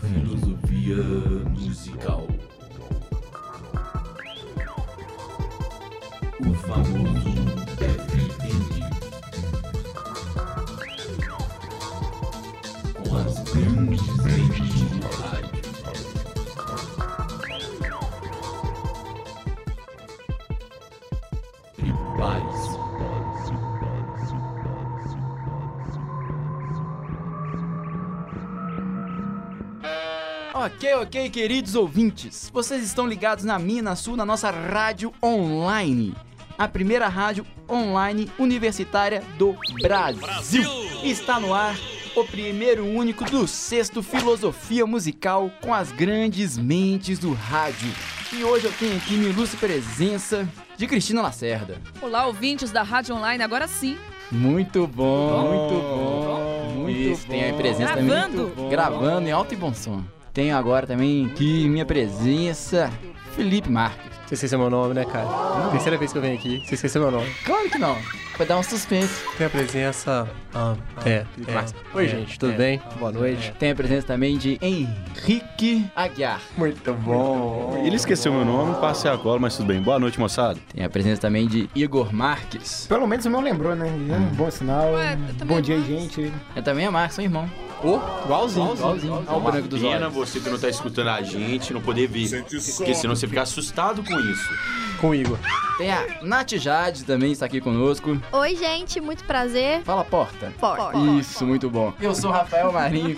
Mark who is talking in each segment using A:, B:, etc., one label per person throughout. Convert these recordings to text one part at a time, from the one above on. A: Filosofia musical. O famoso FMD. Com as grandes mentes do rádio. Tribais.
B: Ok, ok, queridos ouvintes. Vocês estão ligados na minha, na sua, na nossa rádio online. A primeira rádio online universitária do Brasil. Está no ar o primeiro e único do sexto Filosofia Musical com as grandes mentes do rádio. E hoje eu tenho aqui minha ilustre presença de Cristina Lacerda.
C: Olá, ouvintes da Rádio Online, agora sim.
B: Muito bom, muito bom, muito
D: Isso,
B: bom.
D: tem a presença
C: também.
B: Muito bom.
C: Gravando.
B: Gravando em alto e bom som. Tenho agora também aqui minha presença, Felipe Marques.
D: Você esqueceu meu nome, né, cara? Terceira vez que eu venho aqui, você esqueceu meu nome.
B: Claro que não, vai dar um suspense.
D: Tem a presença. Ah, é, é. Oi, gente, tudo bem? Boa noite.
B: Tenho a presença também de Henrique Aguiar.
D: Muito bom.
E: Ele esqueceu meu nome, passei agora, mas tudo bem. Boa noite, moçada.
B: Tenho a presença também de Igor Marques.
F: Pelo menos não lembrou, né? É um bom sinal.
C: Ué, eu também
F: bom dia,
C: não.
F: gente.
B: Eu também é Marques, sou irmão.
D: Ô, igualzinho.
B: Igualzinho.
D: Ó, o branco dos
E: Pena
D: olhos.
E: você que não tá escutando a gente, não poder vir. Porque senão você fica assustado com isso.
D: Com o Igor.
B: Tem a Nath Jade também está aqui conosco.
G: Oi, gente, muito prazer.
B: Fala porta.
G: Porta.
B: Isso, muito bom. Eu sou o Rafael Marinho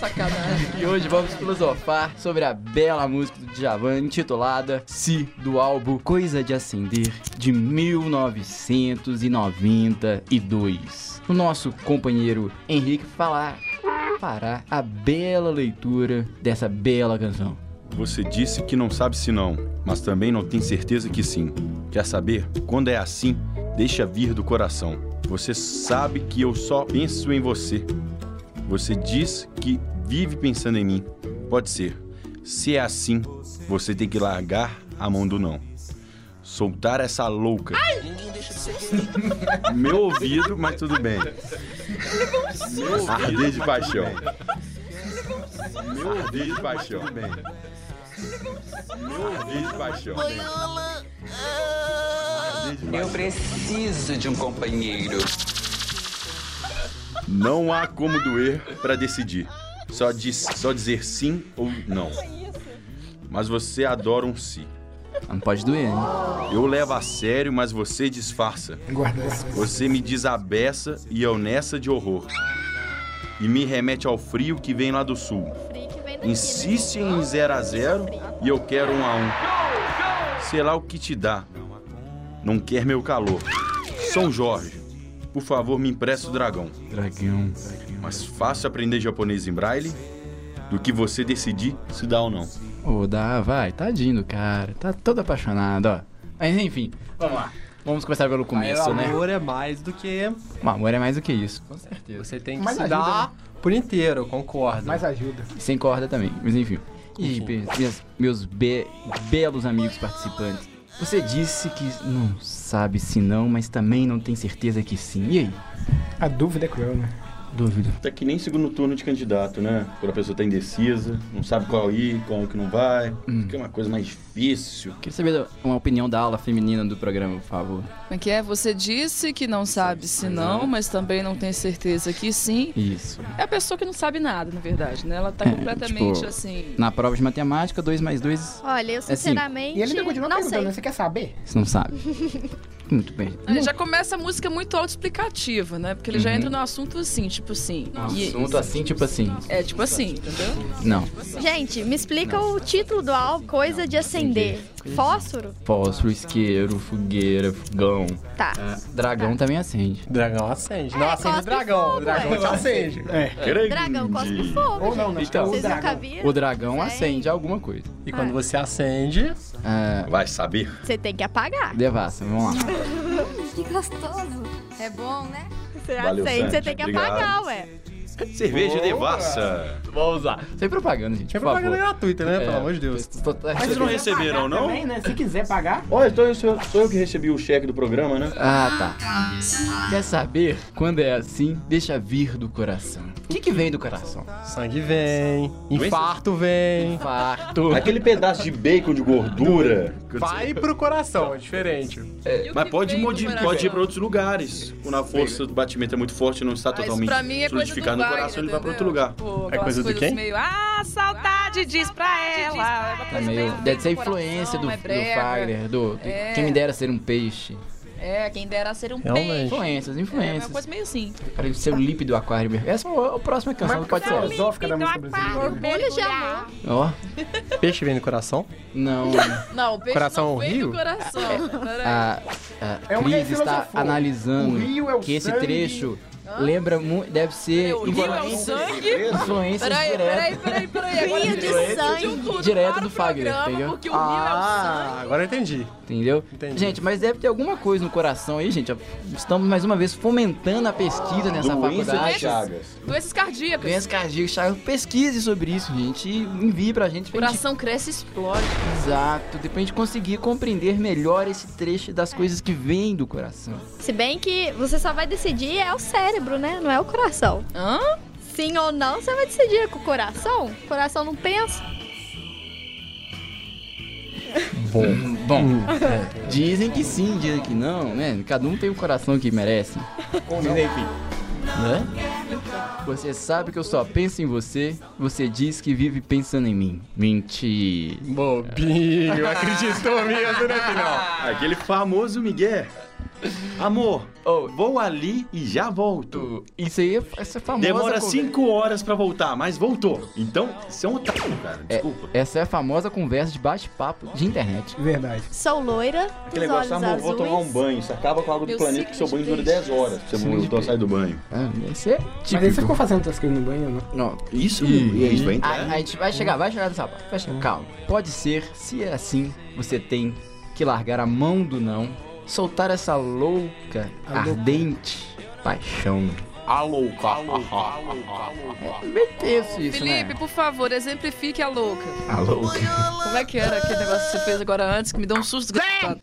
C: Sacanagem.
B: e hoje vamos filosofar sobre a bela música do Djavan intitulada Se do álbum Coisa de Acender de 1992. O nosso companheiro Henrique falar fará a bela leitura dessa bela canção.
E: Você disse que não sabe se não, mas também não tem certeza que sim. Quer saber? Quando é assim, deixa vir do coração. Você sabe que eu só penso em você. Você diz que vive pensando em mim. Pode ser. Se é assim, você tem que largar a mão do não. Soltar essa louca. Meu ouvido, mas tudo bem. Arder de paixão. Meu ouvido de paixão. bem. Meu ouvido de paixão.
H: Eu preciso de um companheiro.
E: Não há como doer pra decidir. Só, diz, só dizer sim ou não. Mas você adora um si.
B: Não pode doer, hein?
E: Eu levo a sério, mas você disfarça.
F: Guarda essa.
E: Você me desabessa e eu nessa de horror. E me remete ao frio que vem lá do sul.
G: né?
E: Insiste em 0 a 0 e eu quero 1 a 1. Sei lá o que te dá. Não quer meu calor. São Jorge, por favor, me empresta o dragão.
B: Dragão.
E: Mas fácil aprender japonês em braille do que você decidir se dá ou não.
B: Ô, dá, vai, tadinho do cara. Tá todo apaixonado, ó. Mas enfim, vamos lá. Vamos começar pelo começo,
D: o
B: né?
D: amor é mais do que
B: O amor é mais do que isso, com certeza.
D: você tem que
F: Mas
D: se
F: ajuda,
D: dar por inteiro, eu concordo.
F: Mais ajuda.
B: Sem corda também, mas enfim. E
D: Enfim.
B: pe- minhas- meus be- belos amigos participantes, você disse que não sabe se não, mas também não tem certeza que sim. E aí?
F: A dúvida é cruel, né?
B: Dúvida.
E: Tá que nem segundo turno de candidato, né? Quando a pessoa tá indecisa, não sabe qual ir, qual que não vai. Que é uma coisa mais difícil.
B: Queria saber da- uma opinião da ala feminina do programa, por favor.
C: Como é que é? Você disse que não sabe se
B: é.
C: não, mas também não tem certeza que sim.
B: Isso.
C: É a pessoa que não sabe nada, na verdade, né? Ela tá
B: É,
C: completamente
B: tipo,
C: assim.
B: Na prova de matemática, 2 mais 2,
E: É
G: Olha, eu
E: assim,
B: sim.
G: sinceramente.
F: E ele ainda continua
G: não sei.
F: perguntando, né? você quer saber?
B: você não sabe. Muito bem.
C: Ele já começa a música muito autoexplicativa, né? Porque ele
B: Uhum.
C: já entra no assunto assim, tipo assim.
E: Um
C: E-
B: Assunto assim, tipo assim.
C: É, tipo assim, entendeu?
B: Não.
F: né?
G: Gente, me explica o título do álbum, Coisa de Acender. Fósforo?
B: Fósforo, isqueiro, fogueira, fogão.
G: Tá.
B: Dragão também acende.
D: Dragão acende. Não
G: É,
D: acende o
G: cospe
D: dragão.
G: fogo,
D: o dragão
G: é.
D: te acende.
G: Dragão cospe fogo.
F: Ou não, né?
B: Então,
F: Ou
G: Vocês nunca
F: dragão.
G: viram?
B: O dragão
G: Sei.
B: acende alguma coisa.
D: E quando você acende,
B: Ah,
E: Vai saber?
G: Você tem que apagar.
B: devassa, vamos lá.
G: Que gostoso. É bom, né? Você
E: Valeu,
G: acende, você
E: Sandy.
G: tem que
E: Obrigado.
G: apagar, ué.
E: Cerveja devassa.
B: Vamos lá. Sem propaganda, gente.
D: É
B: por favor.
D: propaganda gratuita, né? Pelo amor de Deus.
E: Mas vocês não é receberam, não?
F: Também, né? Se quiser pagar,
E: Olha, então eu sou, sou eu que recebi o cheque do programa, né?
B: Ah, tá. Quer saber? Quando é assim, deixa vir do coração. O que, que vem do coração?
D: Sangue vem, infarto vem.
B: Farto.
E: Aquele pedaço de bacon de gordura.
D: Vai pro coração, é diferente.
C: E o
E: É, Mas
C: que
E: pode,
C: vem do
E: modi-
C: coração?
E: pode ir pra outros lugares. Quando a força do batimento é muito forte, não está
C: Ah, isso
E: totalmente
C: pra mim é coisa do
E: solidificado no
C: Wagner,
E: coração, ele vai pra outro
C: entendeu?
E: lugar.
C: Pô,
D: É coisa do
C: aquelas
D: quem?
C: coisas Meio, ah, saudade, diz pra ela.
B: É meio, deve ser a influência do, do
C: é brega.
B: Fagner, do, do-
C: É.
B: Quem me dera ser um peixe.
C: É, quem dera ser um peixe.
D: Realmente.
B: Influências,
C: É uma
B: influências.
C: coisa meio assim.
B: Para ele ser o lípido aquário. Essa é a a próxima canção,
F: marca
B: pode ser essa.
F: filosófica da música brasileira. né?
G: Orgulho de amor.
B: Ó,
D: Peixe vem no coração.
B: não.
C: Não, o peixe
D: Coração
C: não vem
D: rio?
C: do coração. Peraí.
B: A,
F: É
B: a
F: um
B: Cris
F: rei
B: está
F: filosofou.
B: analisando
F: O rio é o
B: que esse
F: sangue.
B: trecho lembra muito. Deve ser
C: o rio é o
B: influências-
C: sangue?
B: influências
C: Peraí,
B: diretas.
C: peraí, peraí, peraí. Agora
G: Rio
C: me
G: de
C: decidiu
G: sangue. Ah.
C: tudo.
B: Direto
C: um Para
B: do
C: o
B: Fagner,
C: programa,
B: entendeu?
C: Porque o rio é o sangue.
D: Ah, agora eu entendi.
B: Entendeu?
D: Entendi.
B: Gente, mas deve ter alguma coisa no coração aí, gente. Estamos mais uma vez fomentando a pesquisa nessa
E: Doença de
B: faculdade.
E: Chagas.
C: Doenças cardíacas.
B: Doenças cardíacas, Thiago, pesquise sobre isso, gente. E envie pra gente.
C: O
B: Pra gente
C: coração cresce e explode.
B: exato. Depois a gente conseguir compreender melhor esse trecho das coisas que vêm do coração.
G: Se bem que você só vai decidir é o cérebro, né? Não é o coração.
C: Hã?
G: Sim ou não, você vai decidir é com o coração. O coração não pensa.
B: Bom, dizem que sim, dizem que não, né? Cada um tem o coração que merece. Mas enfim. Né? Você sabe que eu só penso em você, você diz que vive pensando em mim. Mentira.
D: Bobinho, acreditou mesmo, né, filhão?
E: Ah, Aquele famoso Miguel. Amor,
B: Oh.
E: vou ali e já
B: Tu-
E: volto.
B: Isso aí é essa famosa.
E: Demora
B: conver-
E: cinco horas pra voltar, mas voltou. Então, você é um otário, cara. Desculpa.
B: Essa é a famosa conversa de bate-papo de internet.
F: Verdade.
G: Sou loira, os
E: Aquele
G: olhos
E: negócio, amor, vou
G: azuis.
E: tomar um banho. Você acaba com a água do
C: Meu
E: planeta que seu banho
C: signo
E: dura
C: de
E: 10 horas. Você
B: Signo de
E: voltou
B: peixe.
E: sai do banho.
B: Ah, esse é
F: Mas aí você
B: típico.
F: ficou fazendo outras coisas no banho, não?
B: Não,
E: Isso,
B: Ih,
E: isso vai
B: a,
E: entrar.
B: a gente vai chegar, vai chegar nessa parte. Vai chegar. Calma. Pode ser, se é assim, você tem que largar a mão do não, soltar essa louca, ardente paixão.
E: Alô, Ah,
B: É meio tenso isso,
C: Felipe,
B: né?
C: por favor, exemplifique a louca.
B: A louca.
C: Como é que era aquele negócio que você fez agora antes que me deu um susto? Ai, ai,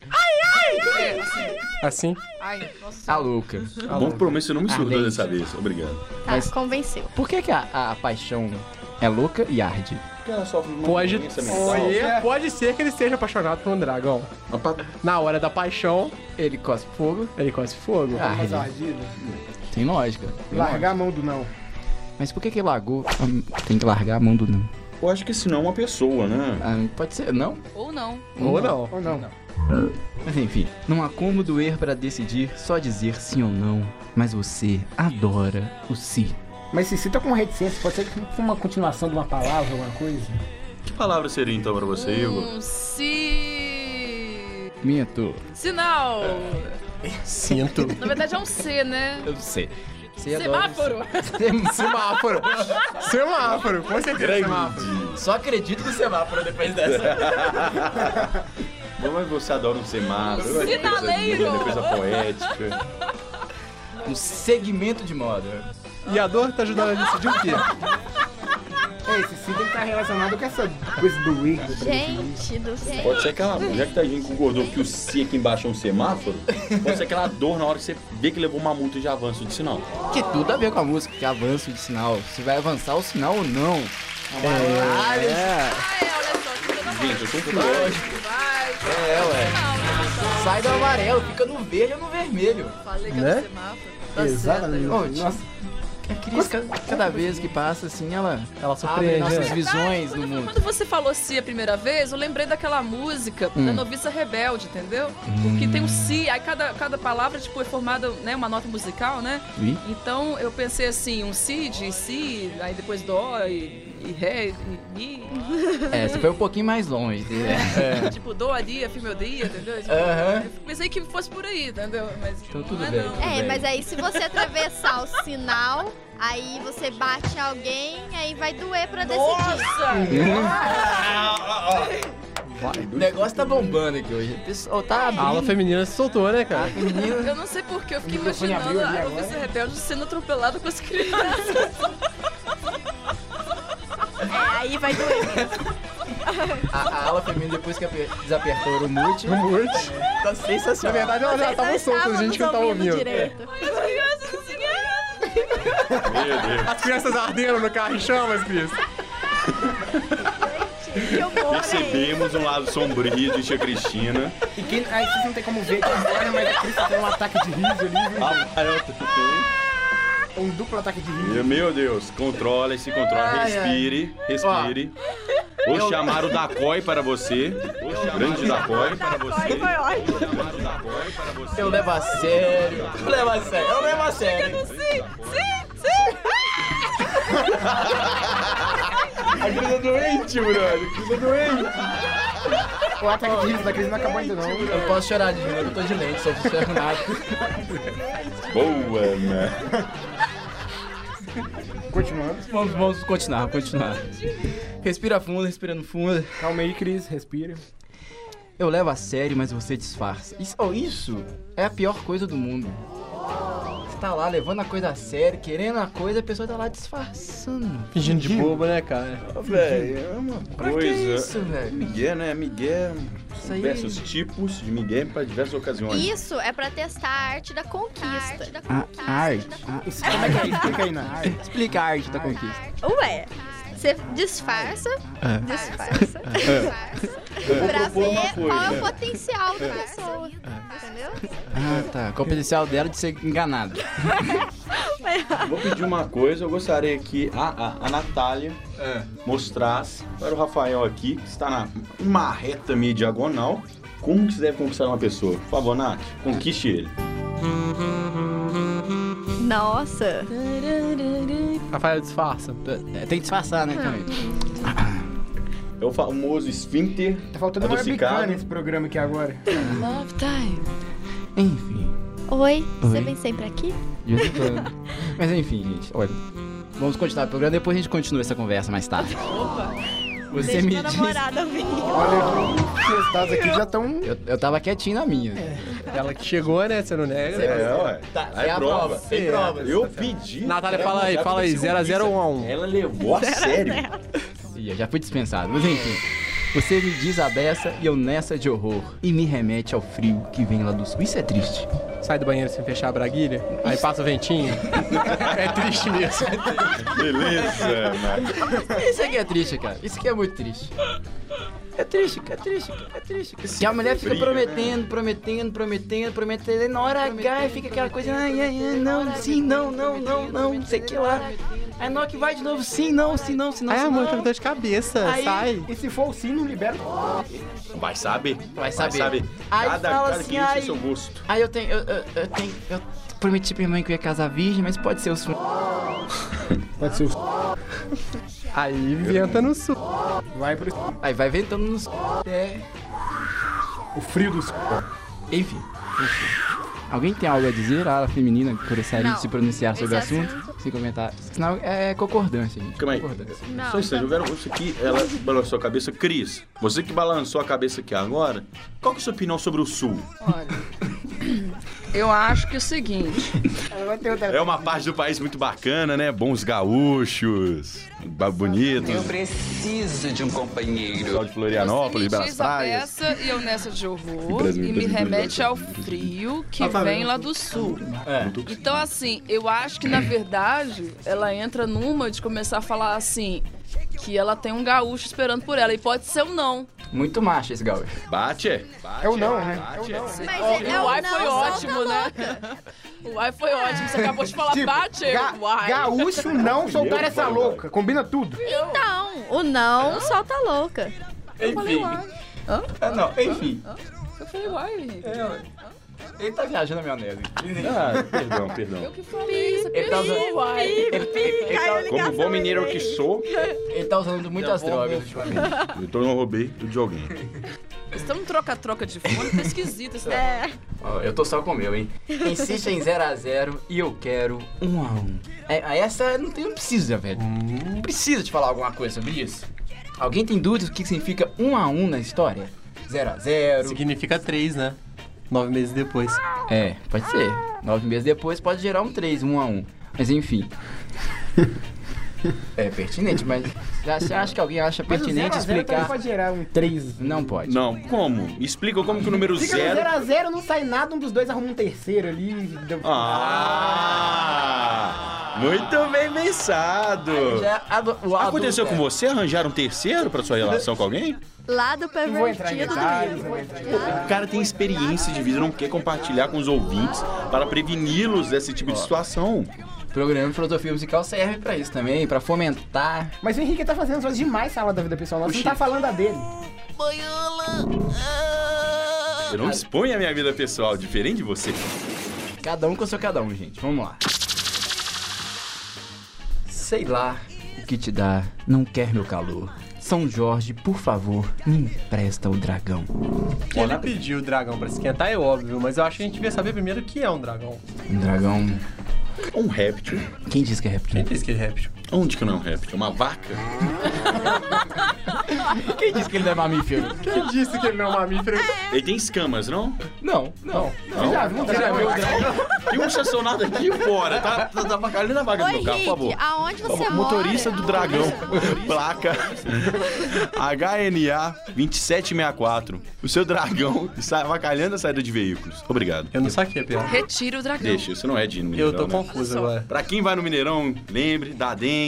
C: ai, ai,
D: Assim.
C: ai. Nossa,
B: A louca.
E: Bom prometo, você não me surtou
B: Ardente.
E: dessa vez. Obrigado.
G: Tá, convenceu.
B: Por que, que a, a paixão é louca e arde?
D: Pode, Olha, pode ser que ele esteja apaixonado por um dragão. Na hora da paixão,
B: Ele cospe fogo
D: ele cospe fogo.
B: e arde.
F: Ardida.
B: Tem lógica. Tem lógica.
F: Largar a mão do não.
B: Mas por que que largou? Ah, Tem que largar a mão do não.
E: Eu acho que se não é uma pessoa, né?
B: Ah, pode ser, não?
C: Ou não.
D: Ou não.
F: Ou não?
B: Mas enfim, não há como doer pra decidir, só dizer sim ou não. Mas você adora o si.
F: Mas se cita com reticência, pode ser que for uma continuação de uma palavra, alguma coisa.
E: Que palavra seria então pra você, Igor?
C: Um si...
B: Minto.
C: Sinal.
D: Sinto.
C: Na verdade é um C, né?
B: Eu sei. Você
C: Semáforo.
B: é um
D: Semáforo. Semáforo, com certeza semáforo.
B: Só acredito no semáforo depois dessa.
E: Não, mas você adora um semáforo. eu gosto de coisa
C: Sinaleiro.
E: linda, Coisa poética.
B: Um segmento de moda.
D: E a dor tá ajudando a decidir o quê?
F: É, esse sim tem que estar relacionado com essa coisa do Igor.
G: Gente do céu.
E: Pode ser aquela. Já que tá a gente concordou que o C aqui embaixo é um semáforo, pode ser aquela dor na hora que você vê que levou uma multa de avanço de sinal.
B: Que tudo a ver com a música, que é avanço de sinal. Se vai avançar o sinal ou não. É,
C: Ai, Ah, olha só. você não
E: Gente, eu sou filósofo.
C: Vai, vai.
B: é, ué.
C: Não, não,
B: Sai do amarelo, fica no verde ou no vermelho.
C: não. Falei que
D: Né?
C: era um semáforo. Tá
F: Exatamente.
C: certo.
B: Ô,
F: Nossa,
B: A Cris, ca- É cada vez que passa, assim, ela
D: Ela
B: abre
D: surpreende.
B: nossas
D: né?
B: visões no
C: Tá, Quando-
B: mundo.
C: Quando você falou si a primeira vez, eu lembrei daquela música da Noviça Rebelde, entendeu? Porque tem um si, aí cada, cada palavra tipo, é formada né, uma nota musical, né?
B: Ih.
C: Então eu pensei assim, um si de si, aí depois dó e, e ré, e mi,
B: É, você foi um pouquinho mais longe. entendeu?
C: tipo dó, aria, fi, meu dia, entendeu? Tipo,
B: Aham.
C: Eu pensei que fosse por aí, entendeu? Mas
B: É. Então
C: não
B: tudo
C: é
B: bem.
C: não.
G: É, mas aí se você atravessar o sinal, aí você bate alguém, aí vai doer pra decidir.
C: Nossa!
B: O negócio tá bombando aqui hoje. O pessoal tá
D: A aula
B: abrindo.
D: feminina se soltou, né, cara?
C: Eu não sei porquê, eu fiquei
F: O microfone
C: imaginando
F: abriu ali
C: a Noviça
F: agora.
C: Rebelde sendo atropelada com as crianças.
G: É, aí vai doer.
B: A, a aula feminina, depois que aper- desapertou o mute,
D: Murte.
B: tá sensacional.
D: Na verdade, ela já
G: Vocês não
D: tava solta,
G: estavam
D: a gente que
G: nos
D: não tava ouvindo. É,
G: direito.
C: as crianças assim, ah!
D: As crianças arderam no carro e chamas, Cris.
G: Que horror, hein?
E: Percebemos um lado sombrio de tia Cristina.
F: E quem, aí vocês não tem como ver aqui agora, mas a Cris tem um ataque de riso ali, viu?
E: Ah, é,
F: Um duplo ataque de riso.
E: Meu Deus, controle-se, controle, respire, respire. Vou chamar o Dacói para você. O grande Dacói para você.
G: Foi ótimo.
E: Chamar o Dacói para você.
B: Eu levo a sério. Eu levo a sério. Eu levo a sério.
C: Sim, sim, sim!
F: O ataque de riso da Cris não acabou ainda, não.
B: Eu posso chorar de novo, eu tô de lente, sou funcionário.
E: Boa, né?
F: Continuando.
B: Vamos, vamos continuar, vamos continuar. Respira fundo, respira no fundo.
F: Calma aí, Cris, respira.
B: Eu levo a sério, mas você disfarça. Isso, oh, isso é a pior coisa do mundo. Você tá lá levando a coisa a sério, querendo a coisa, a pessoa tá lá disfarçando.
D: Fingindo de bobo, né, cara?
E: Velho, é uma
B: Pra que isso, velho?
E: Miguel, né? Miguel.
B: Isso aí.
E: Diversos tipos de Miguel para diversas ocasiões.
G: Isso é pra testar a arte da conquista.
B: A arte.
F: Isso, como é que é? Explica aí, Nath.
B: Explica a arte da conquista.
G: Ué, você disfarça,
D: É.
G: disfarça, pra
E: propor uma
G: ver
E: coisa.
G: qual é
D: né?
G: o potencial da
D: É.
G: pessoa. Entendeu?
B: Ah, tá. Qual o potencial dela de ser enganada?
E: Vou pedir uma coisa, eu gostaria que a, a, a Natália mostrasse para o Rafael aqui, que está na uma reta meio diagonal, como que se deve conquistar uma pessoa. Por favor, Nath, conquiste ele.
G: Nossa.
D: Rafael disfarça.
B: É, Tem que disfarçar, né, também.
E: É o famoso esfíncter.
F: Tá faltando uma
E: Adocicado.
F: webcam nesse programa aqui agora.
C: Love time.
B: Enfim.
G: Oi, você
B: Oi.
G: vem sempre aqui?
B: de vez em quando. Mas enfim, gente, olha. Vamos continuar o programa, depois a gente continua essa conversa mais tarde. Você me diz.
G: vir.
F: Olha, os resultados aqui já estão...
B: Eu, eu tava quietinho na minha.
D: Ela que chegou, né? Você não nega.
E: É, ué. Aí
B: é a prova, sem provas.
E: Eu pedi.
D: Natália,
E: pra
D: fala
E: ela
D: aí,
E: mostrar
D: fala
E: como
D: aí,
E: se
D: zero a
E: conquista.
D: zero, um a um.
E: Ela levou a sério.
B: Ih, eu já fui dispensado, mas enfim. Você me diz a beça e eu nessa de horror. E me remete ao frio que vem lá do sul. Isso é triste.
D: Sai do banheiro sem fechar a braguilha, aí passa o ventinho. é triste mesmo.
E: Beleza, Nath.
B: Isso aqui é triste, cara. Isso aqui é muito triste. É triste, cara, é triste, cara, é triste. cara. Que a mulher fica
E: frio,
B: prometendo, prometendo, prometendo, prometendo. E na hora H fica aquela coisa, ai, ai, ai, não, sim, não, não, não, não, não sei o que lá. Aí na hora que vai de novo, sim, não, sim, não, sim, não,
D: Ai,
B: sim,
D: amor, tá
B: não.
D: com dor de cabeça,
B: Aí-
D: sai.
F: E se for o sim, não libera.
E: Vai saber.
B: Vai saber. Aí
E: Cada,
B: fala
E: cada
B: assim,
E: cliente tem
B: aí-
E: seu gosto.
B: Aí eu tenho, eu, eu, eu tenho, eu prometi pra minha mãe que eu ia casar virgem, mas pode ser o sonho.
F: Pode ser o
D: Aí inventa no sul.
F: Vai pro...
B: Aí vai ventando nos... É...
F: O frio dos...
B: Enfim. Alguém tem algo a dizer? A ala feminina gostaria
G: Não.
B: de se pronunciar sobre o
G: Esse
B: assunto? Sem comentar. Sinal é concordância, gente.
E: Calma aí.
B: Concordância.
G: Não.
E: Só um instante, eu quero isso aqui. Ela balançou a cabeça. Cris, você que balançou a cabeça aqui agora, qual que é a sua opinião sobre o Sul?
C: Eu acho que é o seguinte.
E: É uma parte do país muito bacana, né? Bons gaúchos, ba- bonitos.
H: Eu preciso de um companheiro.
E: Pessoal de Florianópelis,
C: você me
E: Belas
C: diz a
E: Praias.
C: peça e eu nessa de horror
E: Brasil,
C: e me
E: Brasil,
C: remete
E: Brasil.
C: ao frio que vem lá do sul.
B: É.
C: Então, assim, eu acho que na verdade ela entra numa de começar a falar assim. Que ela tem um gaúcho esperando por ela. E pode ser um não.
B: Muito macho esse gaúcho.
E: Bate!
F: É o não, né?
E: Bate!
G: Mas
C: Ó,
G: é, é
C: o
G: o
C: ai
G: não,
C: foi
G: solta
C: ótimo,
G: a
C: né? O ai foi ótimo. Você acabou de falar bate.
F: Ga-
C: uai.
F: gaúcho não soltar
E: Eu
F: essa
E: falo,
F: louca. Combina tudo.
G: Não, o não solta a louca.
B: Enfim. Ah, não, enfim.
C: Eu falei uai.
B: Ele tá viajando a maionese.
E: Ah, perdão, perdão.
C: Eu que falei isso,
B: Ele tá usando-
G: Pi, pi, caiu a
E: Como
G: ligação
E: bom mineiro
G: dele.
E: que sou,
B: Ele tá usando muitas drogas ultimamente.
E: então eu não roubei tudo de alguém.
C: Vocês estão num um troca-troca de fone, tá esquisito isso. É.
G: É,
B: Ó, eu tô só com o meu, hein? Insiste em 0x0 e eu quero 1x1. É, essa não, tem, não precisa, velho.
F: Hum.
B: Não precisa te falar alguma coisa sobre isso. Alguém tem dúvidas do que significa 1x1 na história? 0x0.
D: Significa três, né? Nove meses depois.
B: É, pode ser. Nove meses depois pode gerar um 3, 1x1. Mas enfim. É pertinente, mas já- você acha que alguém acha
F: Mas o
B: pertinente
F: 0 a 0 também
B: explicar?
F: pode gerar um 3.
B: Não pode.
E: Não, como? Explica como que o número
F: Fica no 0
E: zero.
F: a 0 não sai nada, um dos dois arruma um terceiro ali. deu-
E: Ah! Muito bem pensado!
H: é
B: Já ado- o
E: Aconteceu
B: adulto-
E: com você arranjar um terceiro pra sua relação com alguém?
G: lado
F: Não vou entrar em
G: pervertido do
F: detalhes,
G: livro.
F: né?
E: O cara tem experiência de vida, não quer compartilhar com os ouvintes para preveni-los desse tipo de situação.
B: O é programa de filosofia musical serve pra isso também, pra fomentar.
F: Mas o Henrique tá fazendo coisas demais sala da vida pessoal. Nós não tá falando a dele.
E: Eu não exponho a minha vida pessoal, diferente de você.
B: Cada um com o seu cada um, gente. Vamos lá. Sei lá o que te dá, não quer meu calor. São Jorge, por favor, me empresta o dragão.
D: Ele pediu o dragão pra esquentar, é óbvio, mas eu acho que a gente devia saber primeiro o que é um dragão.
B: Um dragão.
E: Um réptil.
B: Quem disse que é
D: Quem
B: reptil?
D: disse que é réptil?
E: Onde que não é um réptil? Uma vaca?
B: Quem disse que ele não é mamífero?
D: Quem disse que ele não é um mamífero?
E: Ele tem escamas, não?
B: Não, não.
E: Não.
B: né?
E: Tem um estacionado aqui fora, tá? Tá, tá pra caralho na vaga do
G: Ô
E: meu carro, por
G: Henrique,
E: favor.
G: aonde você mora?
E: Motorista do dragão, placa HNA 2764. O seu dragão está avacalhando a saída de veículos. Obrigado.
D: Eu não saquei, Pedro.
C: Retira o dragão.
E: Deixa, isso não é de Mineirão,
D: Eu tô
E: né?
D: confuso agora.
E: Pra quem vai no Mineirão, lembre da dengue.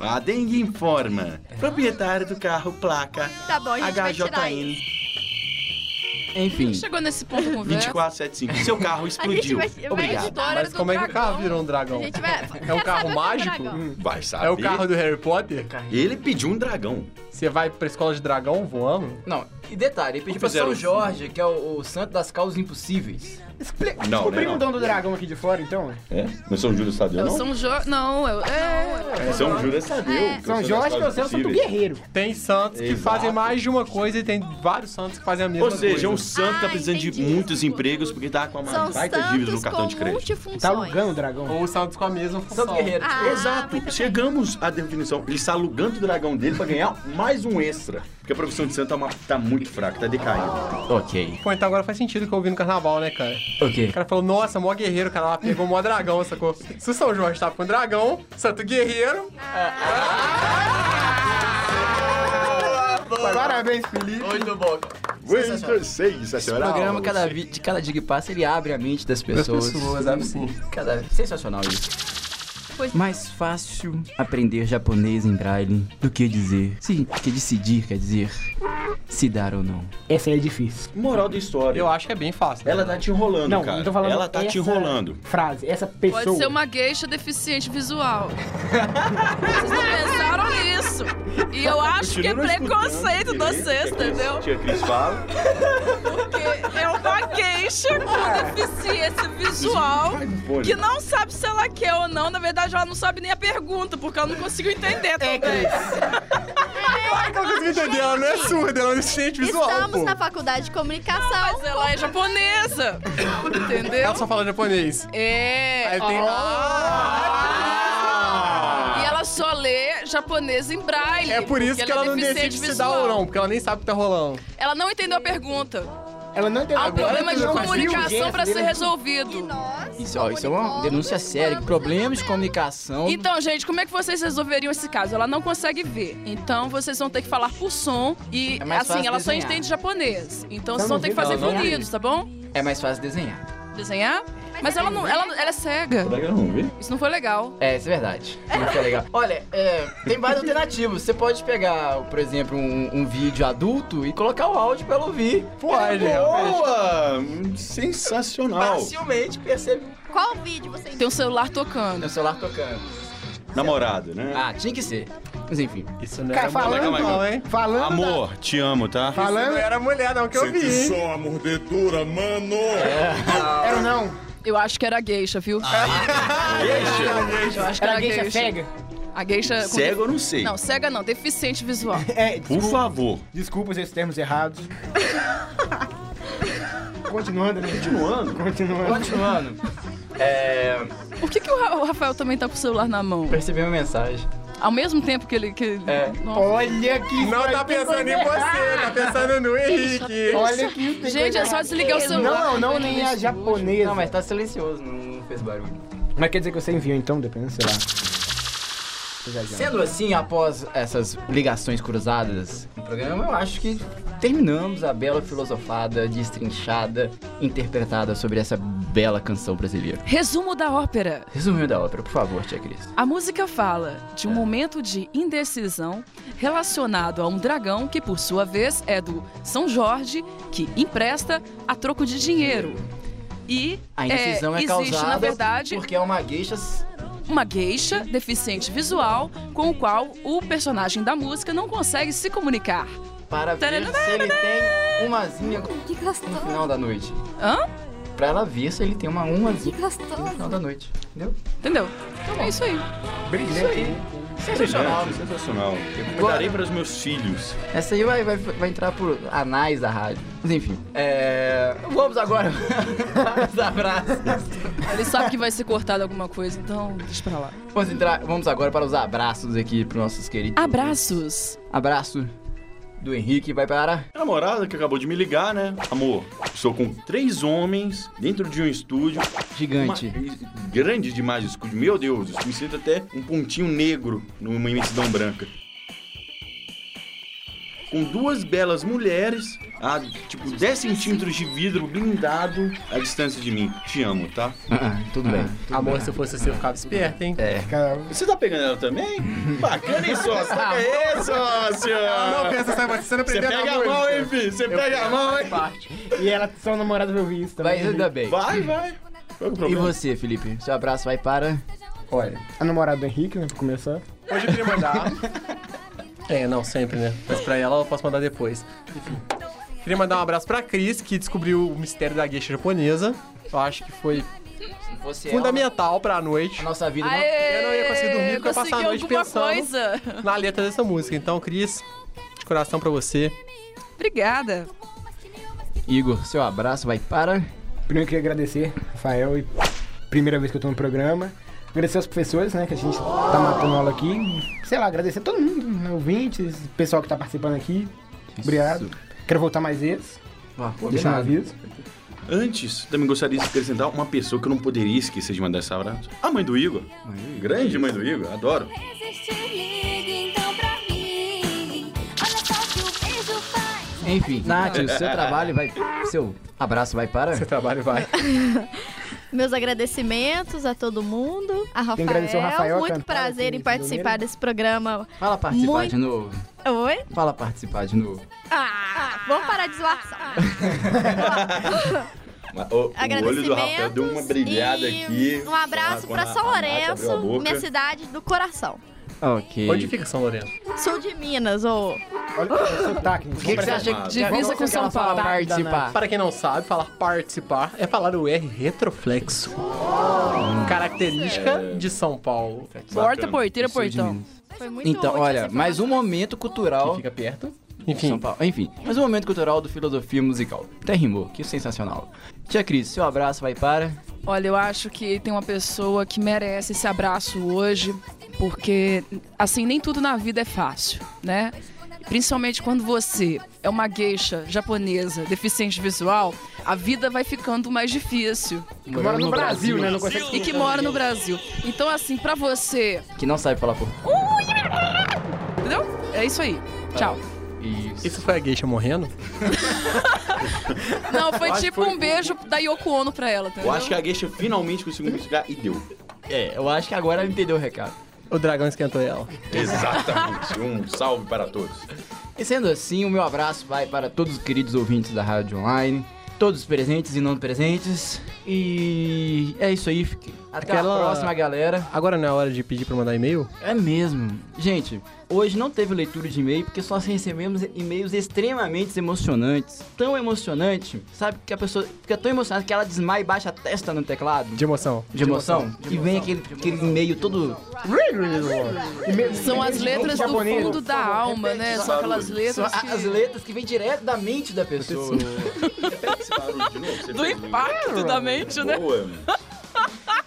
E: A dengue informa. Proprietário do carro, placa
G: Tá bom, É. a gente vai tirar isso. né?
E: HJN
B: Enfim,
C: Chegou nesse ponto da conversa.
E: 2475. Seu carro explodiu.
G: vai- vai-
E: Obrigado.
C: História
D: Mas
C: do
D: como é que o
C: dragão.
D: carro virou um dragão?
G: A gente vai...
D: É um carro mágico?
E: Vai saber.
D: É o carro do Harry Potter?
E: Ele pediu um dragão.
D: Você vai pra escola de dragão voando?
B: não. E detalhe, ele pediu
E: O
B: pra São
E: fizeram-
B: Jorge, que é o, o santo das causas impossíveis.
F: Explica.
E: Não,
F: Descobri
E: né,
F: o
E: não.
F: dono do dragão aqui de fora, então.
E: É? Não São Júlio Sadeu,
C: Eu sou um jo... Não, eu... É...
E: São Júlio Sadeu.
G: É.
E: Eu sou
F: São
E: das
F: Jorge, meu
E: causas
F: céu, Santo
E: possíveis.
F: Guerreiro.
D: Tem santos que
E: Exato.
D: fazem mais de uma coisa e tem vários santos que fazem a mesma
E: Ou seja, um
D: coisa.
E: santo tá
G: Ah,
E: precisando de
G: entendi.
E: muitos empregos porque tá com uma
G: São
E: baita dívida no
G: santos
E: cartão
G: com
E: de crédito.
G: multifunções.
F: Tá alugando o dragão.
D: Ou um santos com a mesma função.
B: Santo Guerreiro.
G: Ah, muito
E: Exato.
G: bem.
E: Chegamos à definição. Ele está alugando o dragão dele pra ganhar mais um extra. Porque a profissão de santo tá, uma- tá muito fraca, tá decaindo.
B: Ok,
D: Pô, então agora faz sentido que eu ouvi no carnaval, né, cara?
B: ok.
D: O cara falou, nossa, mó guerreiro, o cara lá pegou mó dragão, sacou? Se o São Jorge tava com dragão, santo guerreiro...
F: Parabéns, Felipe.
B: Muito bom.
E: Extra sensacional.
B: O programa, cada vi- de cada dia que passa, ele abre a mente das pessoas.
D: sabe sim.
B: Cada... é Sensacional isso.
C: Pois-
B: Mais fácil aprender japonês em braille do que dizer. Sim, que decidir quer dizer se dar ou não.
F: Essa aí é difícil.
E: Moral da história.
D: Eu acho que é bem fácil.
E: Ela tá te enrolando,
F: Não,
E: cara.
F: não tô falando
E: Ela tá te
F: essa
E: enrolando.
F: Frase, essa pessoa.
C: Pode ser uma gueixa deficiente visual. Vocês não pensaram nisso. E eu acho que é preconceito de vocês, entendeu?
E: é Tia Cris fala.
C: Porque é uma gueixa com deficiência visual que Ah. não sabe se ela é quer ou não. Na verdade, ela não sabe nem a pergunta, porque ela não conseguiu entender também.
D: Ai, que eu não consegui entender, ela não é surda, ela é deficiente visual,
G: Estamos
D: pô.
G: na faculdade de comunicação.
C: Mas ela é japonesa. Entendeu?
D: Ela só fala japonês.
C: É.
D: Aí tem... Ah!
C: E ela só lê japonês em braille.
D: É por isso
C: porque
D: que ela, não
C: deficiente
D: decide se dá ou
C: visual.
D: não, porque ela nem sabe o que tá rolando.
C: Ela não entendeu a pergunta.
F: Ela não entendeu.
C: Há um
F: Agora
C: problema
F: que
C: de
F: não conseguiu,
C: comunicação
F: gente,
C: pra ser
F: ele-
G: E
C: resolvido.
G: nós
B: Isso, ó, isso é uma denúncia séria. que Problema de comunicação.
C: Então, gente, como é que vocês resolveriam esse caso? Ela não consegue ver. Então, vocês vão ter que falar por som e,
B: É mais
C: assim,
B: fácil
C: ela só
B: desenhar.
C: entende japonês. Então, vocês
F: não
C: vão ter que
F: vê,
C: fazer
B: não, não
C: funidos, tá bom?
B: É mais fácil desenhar.
C: Desenhar? Mas ela não, ela, ela é cega.
E: Será que ela não vê?
C: Isso não foi legal.
B: É, isso é verdade. Não foi legal. Olha, é, tem várias alternativas. Você pode pegar, por exemplo, um, um vídeo adulto e colocar o áudio pra ela ouvir.
D: Pode,
B: é
D: realmente.
E: Boa! Sensacional.
B: Facilmente percebe
G: Qual vídeo vocês
C: Tem um celular tocando.
B: o celular tocando.
E: Namorado, né?
B: Ah, tinha que ser. Mas enfim.
D: Isso não
F: Cara,
D: era
F: falando,
E: calma aí, calma aí.
F: falando,
E: Amor, te amo, tá?
F: falando,
D: era mulher, não, que Então, eu vi. hein? É
I: Só a mordedura, mano!
F: era não,
C: Eu acho que era geisha, viu?
B: Ah,
C: Eu acho que era,
J: Era
C: geisha.
J: geisha cega?
C: A geisha... com
E: Cego eu não sei.
C: Não, cega não, deficiente visual.
F: é,
E: Por favor.
F: desculpa os termos errados. Continuando, né? Continuando? Continuando.
B: Continuando, é...
C: Por que, que o Ra- o Rafael também tá com o celular na mão?
B: Percebi uma mensagem.
C: Ao mesmo tempo que ele... Que... ele-
B: É.
C: Nossa.
F: Olha que isso
D: Não
F: aí
D: tá
F: tem
D: pensando em
F: coisa
D: você, tá pensando no Henrique.
F: errada. Olha que isso tem
C: Gente,
F: coisa
C: é só
F: errada.
C: desligar o celular.
F: Não, não, nem a japonesa.
B: Não, mas tá silencioso, não, não fez barulho.
F: Mas quer dizer que você enviou então, dependendo, sei lá. Tô viajando.
B: Sendo assim, após essas ligações cruzadas no programa, eu acho que terminamos a bela filosofada, destrinchada, interpretada sobre essa bela canção brasileira.
C: Resumo da ópera.
B: Resumindo da ópera, por favor, tia Cris.
C: A música fala
B: É.
C: de um momento de indecisão relacionado a um dragão que, por sua vez, é do São Jorge, que empresta a troco de dinheiro. E
B: A indecisão é,
C: existe,
B: causada
C: na verdade,
B: porque é uma gueixa...
C: uma gueixa deficiente visual com o qual o personagem da música não consegue se comunicar.
B: para ver se ele tem umazinha
J: Que
B: no
J: gostoso,
B: final da noite.
C: Hã?
B: Pra ela ver se ele tem uma umazinha
J: que
B: no final
J: gostoso.
B: da noite. Entendeu?
C: Entendeu? É isso aí.
B: Sensacional.
E: Sensacional. É, Sensacional. Eu darei para os meus filhos.
B: Essa aí vai, vai, vai entrar por anais da rádio. Mas enfim. É... Vamos agora. Vamos abraços.
C: Ele sabe que vai ser cortado alguma coisa, então deixa pra lá.
B: Vamos, entrar, vamos agora para os abraços aqui para nossos queridos.
C: Abraços.
B: Abraço do Henrique vai para.
E: A namorada que acabou de me ligar, né? Amor, estou com três homens dentro de um estúdio.
B: Gigante.
E: Uma- grande demais o estúdio. Meu Deus, me sinto até um pontinho negro numa imensidão branca. Com duas belas mulheres, a tipo 10 centímetros de vidro blindado à distância de mim. Te amo, tá?
B: Ah, tudo bem.
D: Amor, se eu fosse você, eu ficava esperto, hein?
F: Cara,
E: Você tá pegando ela também? Bacana, hein, sócio? Toca aí, sócio!
D: Não pensa, tá sabe? Você não
E: Você
D: aprendeu
E: Tá pega
D: na
E: a
D: música.
E: mão, hein, filho? Você pega a mão, hein?
F: E ela, sua namorada, vai ouvir isso também. né?
B: Mas ainda bem.
E: Vai, vai. Qual que é o
B: E
E: problema?
B: você, Felipe? Seu abraço vai para.
F: Olha, a namorada do Henrique, né, pra começar.
D: Hoje eu queria mandar. É, não, sempre, né? Mas pra ela eu posso mandar depois. Enfim. Queria mandar um abraço pra Cris, que descobriu o mistério da gueixa japonesa. Eu acho que foi É.
B: Você é
D: fundamental pra noite.
B: Nossa vida. não-
C: Aê,
D: Eu não ia conseguir dormir porque eu ia passar a
C: conseguiu
D: noite
C: alguma
D: pensando.
C: coisa.
D: na letra dessa música. Então, Cris, de coração pra você.
C: Obrigada.
B: Igor, seu abraço vai para.
F: Primeiro eu queria agradecer, Rafael, e primeira vez que eu tô no programa. Agradecer aos professores, né, que a gente tá matando aula aqui. Sei lá, agradecer a todo mundo, né, ouvintes, pessoal que tá participando aqui. Obrigado. Quero voltar mais vezes,
B: Ah, pô,
F: deixar um
B: obrigado.
F: aviso.
E: Antes, também gostaria de acrescentar uma pessoa que eu não poderia esquecer de mandar esse abraço. A mãe do Igor. Grande mãe do Igor, adoro.
J: Existe um ligue então pra mim. Olha só o que o beijo faz.
B: Enfim, Nath, o seu trabalho vai. Seu abraço vai para.
D: Seu trabalho vai.
G: Meus agradecimentos a todo mundo, a
F: que agradecer
G: Rafael.
F: ao Rafael,
G: Muito
F: cantar
G: prazer
F: aqui,
G: em participar
F: pioneiro.
G: desse programa.
B: Fala participar
G: Muito-
B: de novo.
G: Oi?
B: Fala participar de novo.
G: Ah, vamos parar de esvoaçar.
E: Mas O, o olho do Rafael deu uma brilhada
G: e
E: aqui. Ah,
G: Um abraço
E: Quando a-
G: pra São
E: a Nath abriu a
G: Lourenço,
E: boca.
G: minha cidade do coração.
B: Ok.
D: Onde fica São Lourenço?
G: Sul de Minas, ô.
F: Olha o sotaque, gente.
B: O que, que você acha que
E: Vamos
C: Divisa Ah, com São Paulo.
B: participar?
D: Para quem não sabe, falar participar é falar o R retroflexo.
B: É.
D: Característica de São Paulo.
C: Porta, porteira,
D: é
C: portão.
G: Foi muito
B: Então,
G: útil
B: olha,
G: essa
B: mais um momento
D: Que
B: cultural.
D: fica perto.
B: de São
D: Enfim,
B: Paulo. Enfim, mais um momento cultural do Filosofia Musical. Até rimou, que sensacional. Tia Cris, seu abraço vai para.
C: Olha, eu acho que tem uma pessoa que merece esse abraço hoje, porque, assim, nem tudo na vida é fácil, né? Principalmente quando você é uma geisha japonesa, deficiente visual, a vida vai ficando mais difícil.
F: Mora no Brasil, né, não consegue...
C: E que mora no Brasil. Então, assim, pra você.
B: Que não sabe falar por.
C: Entendeu? É isso aí. Tchau.
B: Isso.
D: isso foi a geisha morrendo?
C: Não, foi tipo um beijo da Yoko Ono pra ela, entendeu?
E: Eu acho que a Geisha finalmente conseguiu me explicar e deu.
B: É, eu acho que agora ela entendeu o recado.
D: O dragão esquentou ela.
E: Exatamente. um salve para todos.
B: E sendo assim, o meu abraço vai para todos os queridos ouvintes da Rádio Online, todos os presentes e não presentes. E é isso aí. fique- Até
D: Aquela-
B: a próxima, galera.
D: Agora não é hora de pedir pra mandar e-mail?
B: É mesmo. Gente, hoje não teve leitura de e-mail porque só recebemos e-mails extremamente emocionantes. Tão emocionante, sabe? Que a pessoa fica tão emocionada que ela desmaia e baixa a testa no teclado.
D: De emoção.
B: De emoção. E vem aquele, aquele e-mail todo.
C: São as letras do
F: Japonês.
C: fundo da alma, né? São aquelas letras
B: São As
C: que...
B: letras que vêm direto da mente da pessoa.
E: Esse barulho de novo, você
C: Do
E: fez um-
C: impacto da mente, né?
E: Boa, mano.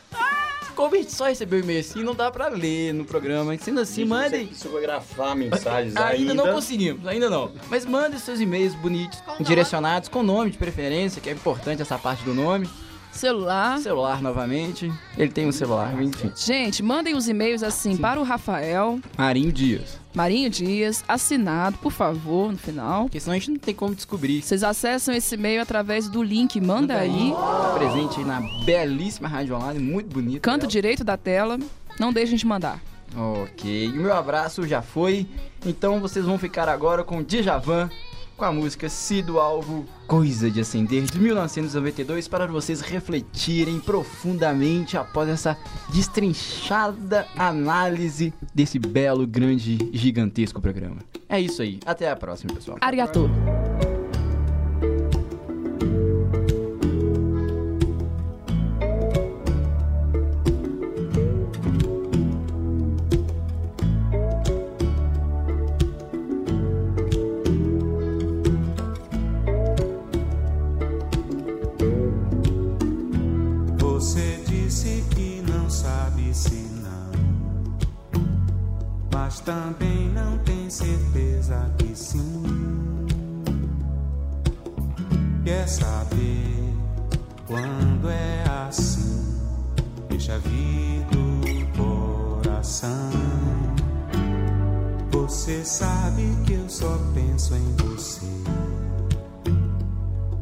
B: Como a gente só recebeu e-mail assim, não dá pra ler no programa. Sendo assim,
E: Bicho, não sei
B: mandem.
E: se eu vou gravar mensagens
B: Ainda
E: ainda.
B: não conseguimos, ainda não. Mas mandem seus e-mails bonitos, direcionados, com nome de preferência, que é importante essa parte do nome.
C: Celular.
B: Celular novamente. Ele tem um celular, enfim.
C: Gente, mandem os e-mails assim para o Rafael
B: Marinho Dias.
C: Marinho Dias, assinado, por favor, no final.
B: Porque senão a gente não tem como descobrir.
C: Vocês acessam esse e-mail através do link Manda Aí,
B: Presente aí na belíssima rádio online, muito bonita.
C: canto
B: dela.
C: direito da tela. Não deixem de mandar.
B: Ok, e o meu abraço já foi. Então vocês vão ficar agora com Djavan, com a música Cido Alvo, Coisa de Acender, de 1992, para vocês refletirem profundamente após essa destrinchada análise desse belo, grande, gigantesco programa. É isso aí, até a próxima, pessoal.
C: Arigatou.
A: Você disse que não sabe se não, mas também não tem certeza que sim. Quer saber quando é assim? Deixa vir do coração. Você sabe que eu só penso em você.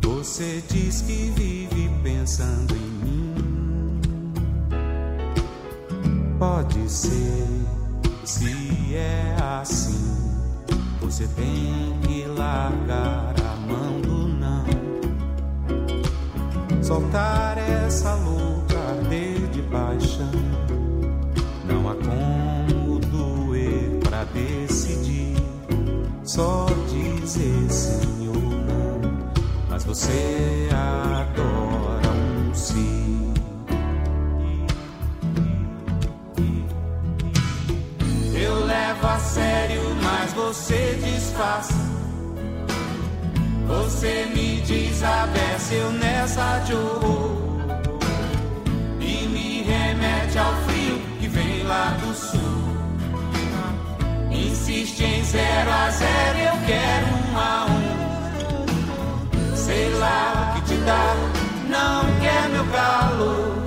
A: Você diz que vive pensando em mim. Pode ser, se é assim, você tem que largar a mão do não. Soltar essa louca arder de paixão. Não há como doer pra decidir, só dizer sim ou não. Mas você adora um sim. Eu levo a sério, mas você disfarça. Você me diz a beça, eu nessa de horror. E me remete ao frio que vem lá do sul. Insiste em zero a zero, eu quero um a um. Sei lá o que te dá, não quer meu calor.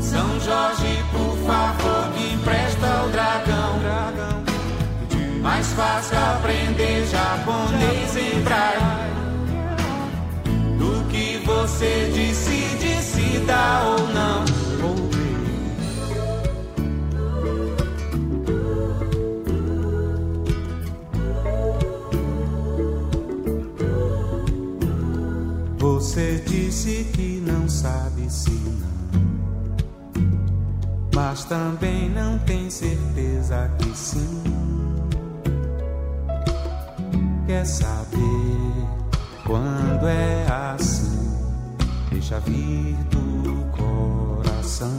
A: São Jorge, por favor, me empresta o dragão. Mais fácil aprender japonês em braille do que você decide se dá ou não. Você disse que não sabe se não, mas também não tem certeza que sim. Quer saber quando é assim? Deixa vir do coração.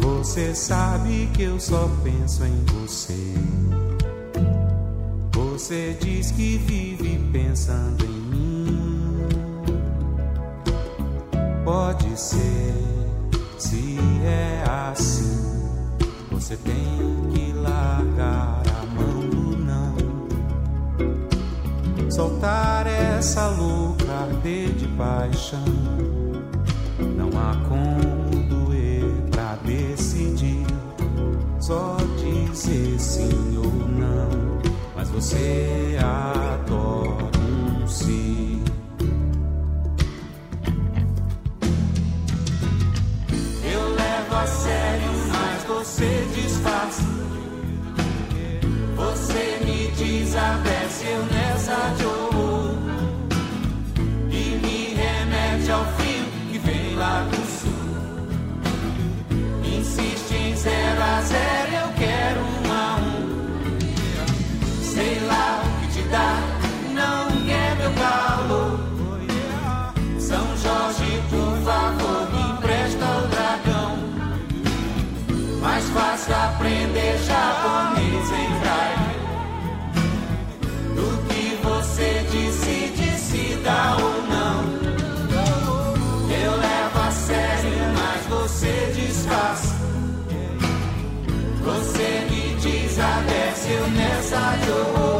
A: Você sabe que eu só penso em você. Você diz que vive pensando em mim. Pode ser, se é assim, você tem que largar a mão do não. Soltar essa louca arder de paixão. Não há como doer pra decidir só dizer sim ou não. Mas você adora um sim. Eu levo a sério, mas você disfarça. Você me diz a beça, eu nessa de horror. E me remete ao
J: mais fácil aprender japonês em braille do que você decide se dá ou não. Eu levo a sério, mas você disfarça. Você me diz a se eu nessa de horror.